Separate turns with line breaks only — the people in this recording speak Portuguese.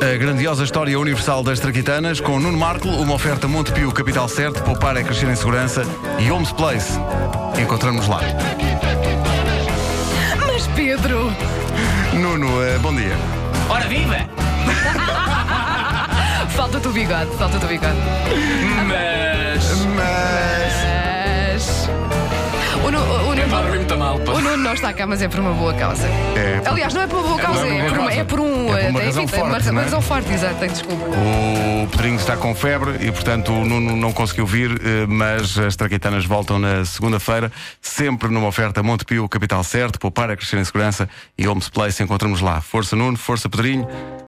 A grandiosa história universal das traquitanas com Nuno Marco, uma oferta Montepio Capital Certo, poupar é crescer em segurança e Homes Place. Encontramos lá.
Mas Pedro,
Nuno, eh, bom dia.
Ora viva!
falta-te o bigode, falta-te o bigode.
Mas.
Mas.
Mas. O Nu- o- o
Pá,
Nuno.
dormi muito mal. pá.
O Nuno não está cá, mas é por uma boa causa.
É, pá.
Aliás, não é por uma boa causa,
uma
é
boa
por, uma,
causa.
é por um.
É por uma
eh,
razão
enfim, tem uma,
forte, não
uma
é?
razão forte, exato, tem desculpa.
O Pedrinho está com febre e, portanto, o Nuno não conseguiu vir, eh, mas as traquitanas voltam na segunda-feira, sempre numa oferta Montepio Capital Certo, poupar é crescer em segurança e Homes Place. Encontramos lá. Força, Nuno, força, Pedrinho.